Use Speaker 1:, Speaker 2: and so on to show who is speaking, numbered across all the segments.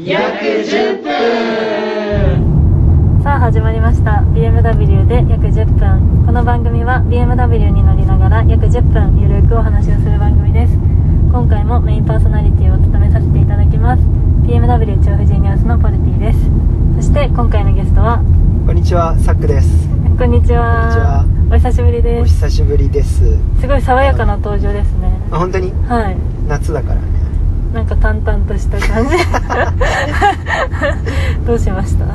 Speaker 1: 約10
Speaker 2: 分
Speaker 3: さあ始まりました BMW で約10分この番組は BMW に乗りながら約10分ゆるくお話をする番組です今回もメインパーソナリティを務めさせていただきます BMW 調布ジェニアスのポルティですそして今回のゲストは
Speaker 2: こんにちは、サックです。
Speaker 3: こんにちは
Speaker 2: こん
Speaker 3: お久しぶり
Speaker 2: お
Speaker 3: です
Speaker 2: 久しぶりです。
Speaker 3: すごい爽やかな登場ですね
Speaker 2: あ、本当に
Speaker 3: はい
Speaker 2: 夏だからね。
Speaker 3: なんか淡々とした感じどうしました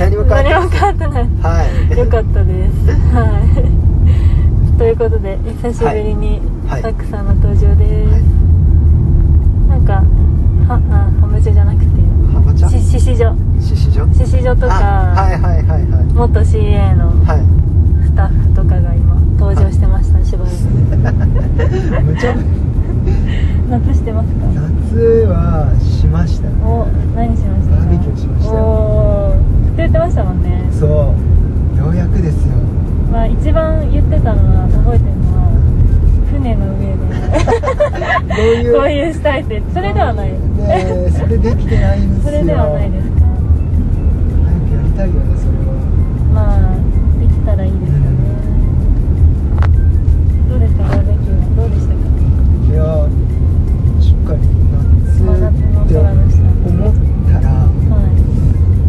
Speaker 2: 何も変わって
Speaker 3: 何
Speaker 2: ない
Speaker 3: も変わってない
Speaker 2: はい。
Speaker 3: よかったです。はい。と いうことで、久しぶりに、
Speaker 2: はいは
Speaker 3: サ
Speaker 2: い
Speaker 3: ックさんの登場です。
Speaker 2: はい
Speaker 3: なんか、は、あ、ハムジョじゃなくて、
Speaker 2: ハマちゃん
Speaker 3: し、獅子女、
Speaker 2: 獅子女
Speaker 3: 獅子女とか、
Speaker 2: あはいはいはいはい。
Speaker 3: 元 CA の
Speaker 2: はい。
Speaker 3: スタッフとかが今登場してました、しばらく。
Speaker 2: 無茶ぶり
Speaker 3: 夏してますか。
Speaker 2: 夏はしましたね。
Speaker 3: お、何しましたか。
Speaker 2: バーベキューしましたよ
Speaker 3: おーって言ってましたもんね。
Speaker 2: そう。ようやくで すよ。
Speaker 3: まあ、一番言ってたのは、覚えてるのは、船の上で。
Speaker 2: こういう。
Speaker 3: こういうしたいってそれではない
Speaker 2: ねえ、それできてないんです
Speaker 3: そ
Speaker 2: よ。。
Speaker 3: れではないですすか
Speaker 2: 早くやりたいよね、それは。
Speaker 3: まあできたらいいですよねどうですかバーベキューはどうでしたか
Speaker 2: いやしっかり
Speaker 3: 真夏
Speaker 2: 夏
Speaker 3: の
Speaker 2: って
Speaker 3: 空の下
Speaker 2: 思ったら、
Speaker 3: は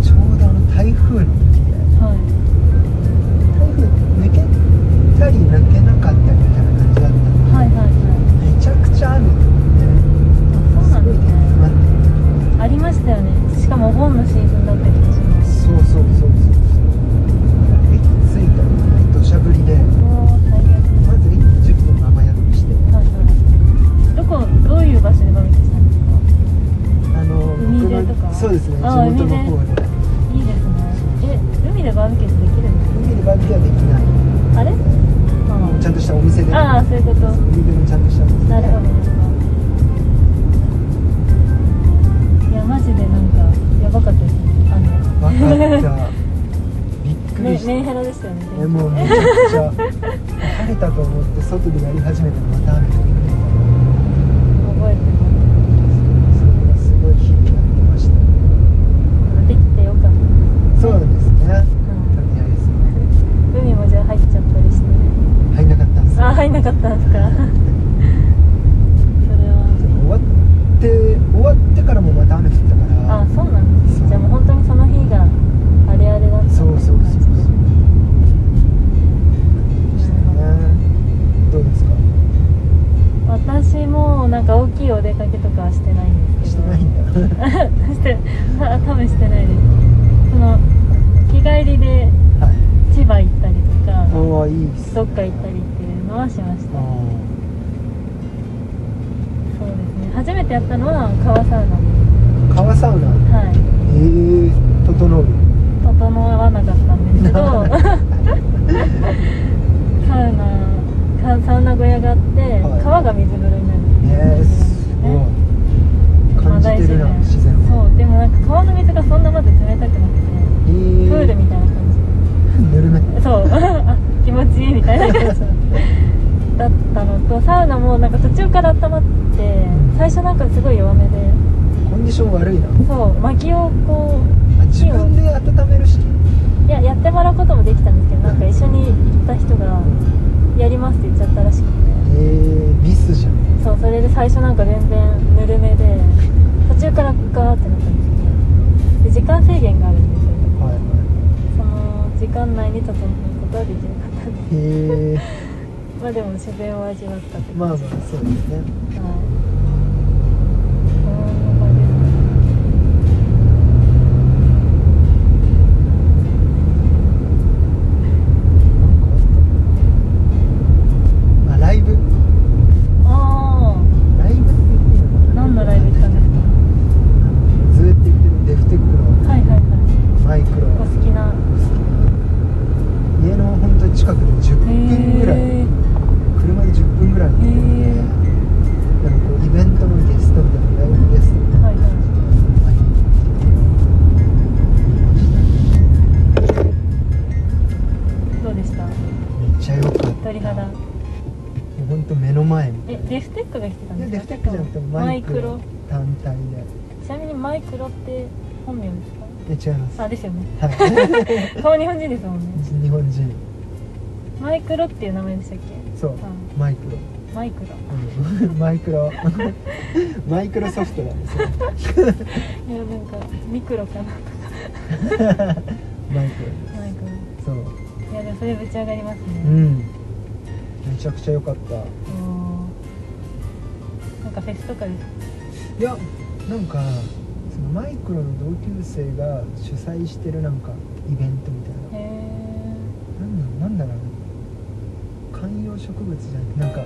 Speaker 2: ちょうどあの台風の時で。
Speaker 3: いは
Speaker 2: 台風抜けたり抜けなかったりみたいな感じだったの
Speaker 3: いはいはいはい
Speaker 2: めちゃくちゃ雨降って
Speaker 3: あそうなんですね
Speaker 2: 待って
Speaker 3: ありましたよねしかもお盆のシーズンだった気がします
Speaker 2: そうそうそうそうそう駅着いたらね土砂降りで
Speaker 3: うわー最悪
Speaker 2: まず駅10分の雨宿りして
Speaker 3: はいはいどこどういう場所でバーベキューしたんですか
Speaker 2: あの
Speaker 3: 海辺と
Speaker 2: 僕
Speaker 3: か
Speaker 2: のそうですね地
Speaker 3: あー
Speaker 2: 元の方で
Speaker 3: いいですねえ海でバーベキューってできるんです
Speaker 2: 海でバーベキューはできない
Speaker 3: かあれ
Speaker 2: ちゃんとしたお店で
Speaker 3: ああそういうこと
Speaker 2: 海辺のちゃんとしたお店で
Speaker 3: なるほどいやマジでなんかやばかったですねあの
Speaker 2: わかったびっくり
Speaker 3: メ
Speaker 2: した
Speaker 3: メンヘラでしたよね
Speaker 2: えもうめちゃくちゃ晴れたと思って外でやり始めたらまた雨が降って
Speaker 3: 覚えてま
Speaker 2: それがすごい日になってました
Speaker 3: すできてよかった、
Speaker 2: そうなんですね
Speaker 3: う
Speaker 2: 旅愛ですね
Speaker 3: ん、海もじゃあ入っちゃったりして
Speaker 2: 入んなかったんです
Speaker 3: あ入んなかったんですかそれは
Speaker 2: 終わって終わってからもまた雨降ったから
Speaker 3: あそうなんです
Speaker 2: そう
Speaker 3: じゃあもう本当にその日があれあれだった
Speaker 2: そうそうそうそう
Speaker 3: なるほど
Speaker 2: でしたねどうですか
Speaker 3: 私もなんか大きいお出かけとかはしてないんです
Speaker 2: し
Speaker 3: け
Speaker 2: て
Speaker 3: ど
Speaker 2: ない んだ
Speaker 3: してあ多分してないですその日帰りで
Speaker 2: はい
Speaker 3: 千葉行ったりとか
Speaker 2: ああいいっす
Speaker 3: どっか行ったりっていうのはしまし
Speaker 2: あ
Speaker 3: た
Speaker 2: あ
Speaker 3: そうですね初めてやったのは川サウナで
Speaker 2: 川サウナ
Speaker 3: すはい
Speaker 2: ええ整う
Speaker 3: 整わなかったんですけ どサウナかサウナ小屋があって、
Speaker 2: はい
Speaker 3: 川が水風呂になる
Speaker 2: ねえすごい感じてるな
Speaker 3: まあ大
Speaker 2: 自然を
Speaker 3: そうでもなんか川の水がそんなまず冷たくなくて
Speaker 2: え
Speaker 3: プ
Speaker 2: ー
Speaker 3: ールみたいな感じ
Speaker 2: ぬるめ
Speaker 3: そう あ気持ちいいみたいな 感じだったのとサウナもなんか途中から温まって最初なんかすごい弱めで
Speaker 2: コンディション悪いな
Speaker 3: そう薪をこ
Speaker 2: あ自分で温めるし
Speaker 3: ういややってもらうこともできたんですけどなんか一緒に行った人が「やります」って言っちゃったらしく
Speaker 2: え
Speaker 3: て
Speaker 2: ー、ビスじゃん
Speaker 3: そうそれで最初なんか全然ぬるめで途中からガーってなったんですけどで時間制限があるんですよ
Speaker 2: はいは
Speaker 3: その時間内に整えることはできなかったんで
Speaker 2: いへえ
Speaker 3: すまあでも自然を味わったって
Speaker 2: まあ
Speaker 3: 感
Speaker 2: まあ
Speaker 3: じ
Speaker 2: そう
Speaker 3: です
Speaker 2: ですね
Speaker 3: はい。このままですか。は
Speaker 2: あライブ
Speaker 3: あ
Speaker 2: ライブって言っていいの
Speaker 3: あ、
Speaker 2: かな
Speaker 3: 何のライブ行ったんです
Speaker 2: ずーっと言ってるデフテックの
Speaker 3: か。はいはいはい。
Speaker 2: マイクロ
Speaker 3: お好きな。
Speaker 2: 家の本当に近くで10分ぐらい
Speaker 3: へ
Speaker 2: 車で10分ぐらいのとこ
Speaker 3: へ
Speaker 2: ろでなんかこうイベントのゲストみたいなライブのゲストみたい
Speaker 3: はいは
Speaker 2: なのが
Speaker 3: い。どうでした。
Speaker 2: 入ってめっちゃ良かった
Speaker 3: 鳥肌。
Speaker 2: もう本当目の前みたい
Speaker 3: え、デフテックが来てたん
Speaker 2: な
Speaker 3: ですか。
Speaker 2: でデフテックじゃなくてもマイクロ単体で
Speaker 3: ちなみにマイクロって本名です
Speaker 2: で違います
Speaker 3: かあですよね
Speaker 2: はい
Speaker 3: 顔日本人ですもんね
Speaker 2: 日本人
Speaker 3: マイクロっていう名前でしたっ
Speaker 2: そう
Speaker 3: け、うん、
Speaker 2: マイクロ
Speaker 3: マイクロ
Speaker 2: うん マイクロマイクロソフトなんですよ
Speaker 3: いやなんかミクロかな
Speaker 2: マイクロ
Speaker 3: マイク
Speaker 2: そう
Speaker 3: ロいやでもそれぶち上がります
Speaker 2: う
Speaker 3: ね、
Speaker 2: んめちゃくちゃ良かったい
Speaker 3: おーなんかフェスとかです
Speaker 2: やなんかそのマイクロの同級生が主催してるなんかイベントみたいな
Speaker 3: へえ
Speaker 2: なんだなんだろう観葉植物じゃなくなんか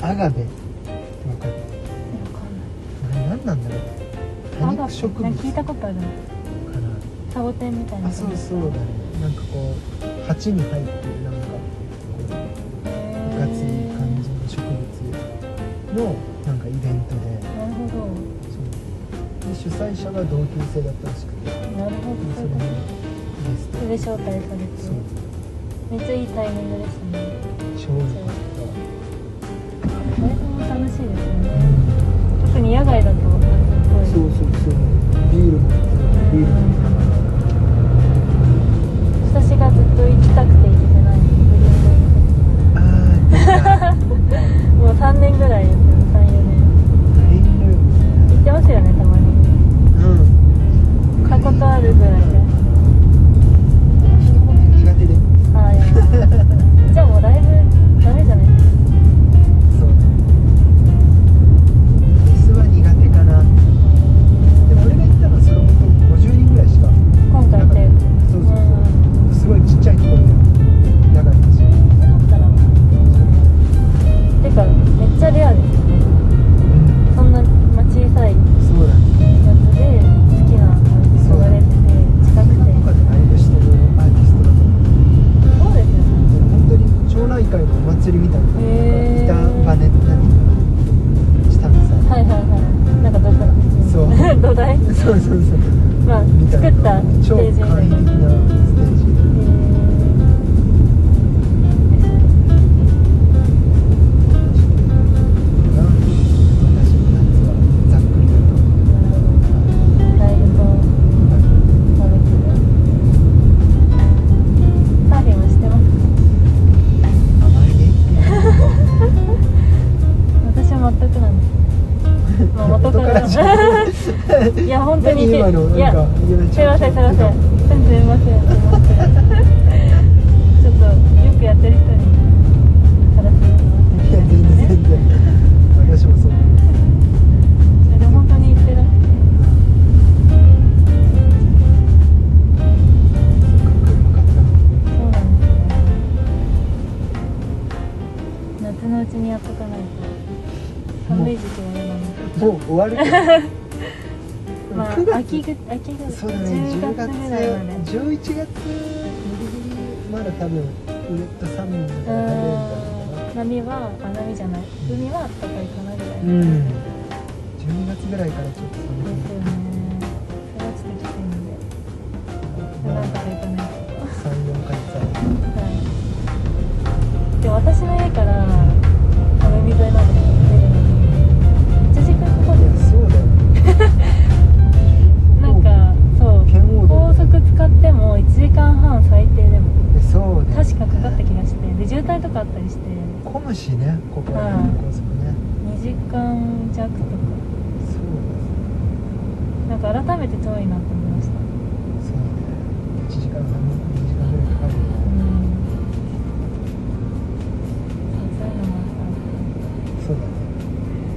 Speaker 2: あアガベってわか
Speaker 3: わ
Speaker 2: る
Speaker 3: かんない
Speaker 2: あれ何なんだろう多
Speaker 3: なん
Speaker 2: 肉
Speaker 3: か
Speaker 2: 植物
Speaker 3: 聞いたことある
Speaker 2: かな
Speaker 3: サボテンみたいな
Speaker 2: あそうそうだねなんかこう鉢に入ってるなんかこうい
Speaker 3: へ
Speaker 2: かつい感じの植物のなんかイベントで
Speaker 3: じなるほど
Speaker 2: そうで主催者が同級生だったらしくて
Speaker 3: なるほど
Speaker 2: それにゲスト
Speaker 3: それで招待されて
Speaker 2: そう
Speaker 3: めっちゃいいタイミングですね
Speaker 2: 超良かっ
Speaker 3: それも楽しいですよ
Speaker 2: た、う
Speaker 3: ね特に
Speaker 2: ん
Speaker 3: 野外だと夏っ
Speaker 2: そうそうそうビールもビールも
Speaker 3: ぽい私がずっと行きたくて行けてないブリン
Speaker 2: ああ
Speaker 3: ドもう3年ぐらいですよ34年
Speaker 2: ビール
Speaker 3: 行ってますよねたまに
Speaker 2: うん
Speaker 3: 過去とあるぐらいで
Speaker 2: 人混み苦手で
Speaker 3: ああいやーじゃあもうだいぶダメじゃないですか
Speaker 2: そうフェスは苦手かなでも俺が行ったのはそれ本当50人ぐらいしか
Speaker 3: 今回って
Speaker 2: そうそうそうすごいちっちゃいところで野外だ
Speaker 3: そ
Speaker 2: し
Speaker 3: うなったらもうてかめっちゃレアですよね
Speaker 2: うん
Speaker 3: そんな、まあ、小さいや
Speaker 2: そうだね
Speaker 3: つで好きなアーティストが出てて
Speaker 2: そ
Speaker 3: 近
Speaker 2: れ
Speaker 3: くて
Speaker 2: が他でライブしてるアーティストだと思う
Speaker 3: そうですよね
Speaker 2: 本当に町内会のお祭りみたいな
Speaker 3: へー
Speaker 2: 板バネったりしたのさ
Speaker 3: はいはいはいなんかどっか
Speaker 2: そう
Speaker 3: の土台
Speaker 2: そうそうそう
Speaker 3: まあ
Speaker 2: みた
Speaker 3: 作
Speaker 2: い
Speaker 3: った
Speaker 2: な
Speaker 3: ステ
Speaker 2: 超
Speaker 3: ージみた
Speaker 2: 簡
Speaker 3: い
Speaker 2: 易
Speaker 3: な
Speaker 2: 的なステージ
Speaker 3: えー
Speaker 2: な私の夏はざっくりだと
Speaker 3: ライブとバーベキューサーフィンもしてます
Speaker 2: あまり
Speaker 3: 私は全くなんです。まあ元か
Speaker 2: 元からじ
Speaker 3: ら。いや本当に
Speaker 2: 何今の
Speaker 3: い
Speaker 2: な
Speaker 3: や
Speaker 2: んかいや
Speaker 3: すいませんすいません。すい
Speaker 2: ちょ
Speaker 3: ま
Speaker 2: っ
Speaker 3: せんすいません。ちょっとよくやってる人にからすると
Speaker 2: といや全然全然私もそう
Speaker 3: でも本当に言ってなくて。そうなんですね。
Speaker 2: かっこよかった
Speaker 3: 夏のうちにやっとかないと寒い時期は嫌なの。
Speaker 2: もう終わるから。
Speaker 3: まあ
Speaker 2: 9月
Speaker 3: 秋ぐ秋ぐ
Speaker 2: そうだね、
Speaker 3: 10月
Speaker 2: 10月、
Speaker 3: ぐらいまで。
Speaker 2: 11月、ギリギリ、まだ多分、ウェットサムだ
Speaker 3: う
Speaker 2: から食べるんだろうかな。
Speaker 3: ーん波はあ波じゃない海はあったかいかなぐらい、
Speaker 2: うん
Speaker 3: ですよね。
Speaker 2: 12月ぐらいからちょっと寒く
Speaker 3: それはちょっときついので
Speaker 2: な
Speaker 3: なん
Speaker 2: る
Speaker 3: とか行かない
Speaker 2: 3、4ヶ月ある。
Speaker 3: とはいで私の家からあの海沿いまで出るのに1時間かかるよね
Speaker 2: そうだよね。
Speaker 3: なんかそう
Speaker 2: 圏央道
Speaker 3: 高速使っても1時間半最低でも
Speaker 2: でそうだよね
Speaker 3: 確かかかった気がしてで渋滞とかあったりして
Speaker 2: 混むしね、ここは
Speaker 3: うん
Speaker 2: 高速ね。
Speaker 3: 2時間弱とか
Speaker 2: そう
Speaker 3: なんか改めて遠いなって思いました
Speaker 2: だよそうだね。1時間半、2時間ぐらいかかるよ
Speaker 3: そういうのもあったんだ
Speaker 2: ね。そうだね。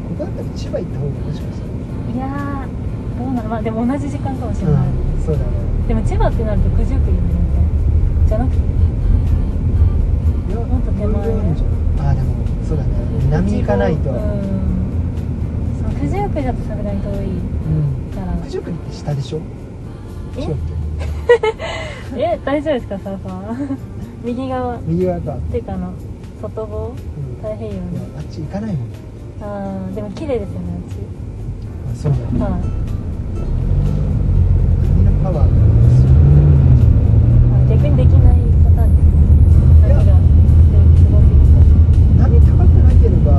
Speaker 2: ここだったら千葉行った方がもしかし
Speaker 3: い
Speaker 2: たら。
Speaker 3: やーどうなのまあでも同じ時間かもしれない、
Speaker 2: うん、そうだね。
Speaker 3: でも千葉ってなると九十九里になるみたいなじゃなくて
Speaker 2: いや
Speaker 3: もっと手前ね
Speaker 2: いろいろあるんじゃんあーでもそうだね南行かないと
Speaker 3: う
Speaker 2: うん
Speaker 3: んその九十九里だとさすがに遠いから
Speaker 2: 九十九里って下でしょ
Speaker 3: え
Speaker 2: 違うっけ
Speaker 3: え大丈夫ですかサーファー 右側っ
Speaker 2: 右側か、
Speaker 3: ていうかあの外房
Speaker 2: うん
Speaker 3: 太平洋
Speaker 2: いや
Speaker 3: の
Speaker 2: あっち行かないもん
Speaker 3: あーでも綺麗ですよね
Speaker 2: あそうだ
Speaker 3: あっちはい
Speaker 2: ねみんなパワーがあるんですよ
Speaker 3: あ逆にできないパターンですね波がすごすぎて
Speaker 2: 波高くなければいいと
Speaker 3: あ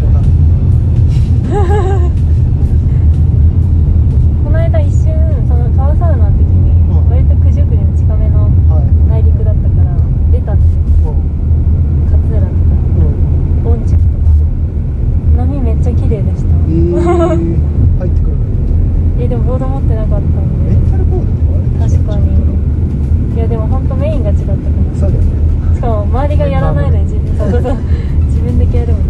Speaker 3: ー
Speaker 2: 分かんない
Speaker 3: 持ってなかった
Speaker 2: レ
Speaker 3: ん
Speaker 2: ンタルボードとかあるでしょ
Speaker 3: 確かにでいやでも本当メインが違ったから
Speaker 2: そうだよね
Speaker 3: しかも周りがやらないのに自分 そうそうそう自分だけやるもん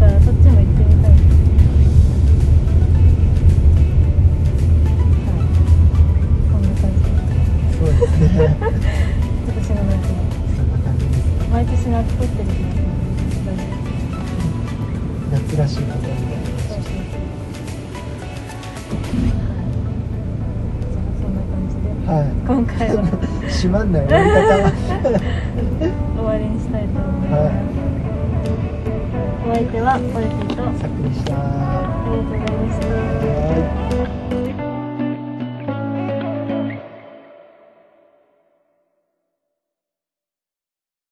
Speaker 3: だからそっちも行ってみたい、はい、こんな感じ
Speaker 2: そうですね
Speaker 3: 今年の夏も
Speaker 2: そんな感じです
Speaker 3: 毎年夏撮ってるから
Speaker 2: 夏らしいことをね
Speaker 3: そうそうそうじゃあそんな感じで
Speaker 2: は
Speaker 3: 今回はい
Speaker 2: 閉まんない終わり方は
Speaker 3: 終わりにしたいと思います、お相手はポリティと
Speaker 2: さっくりした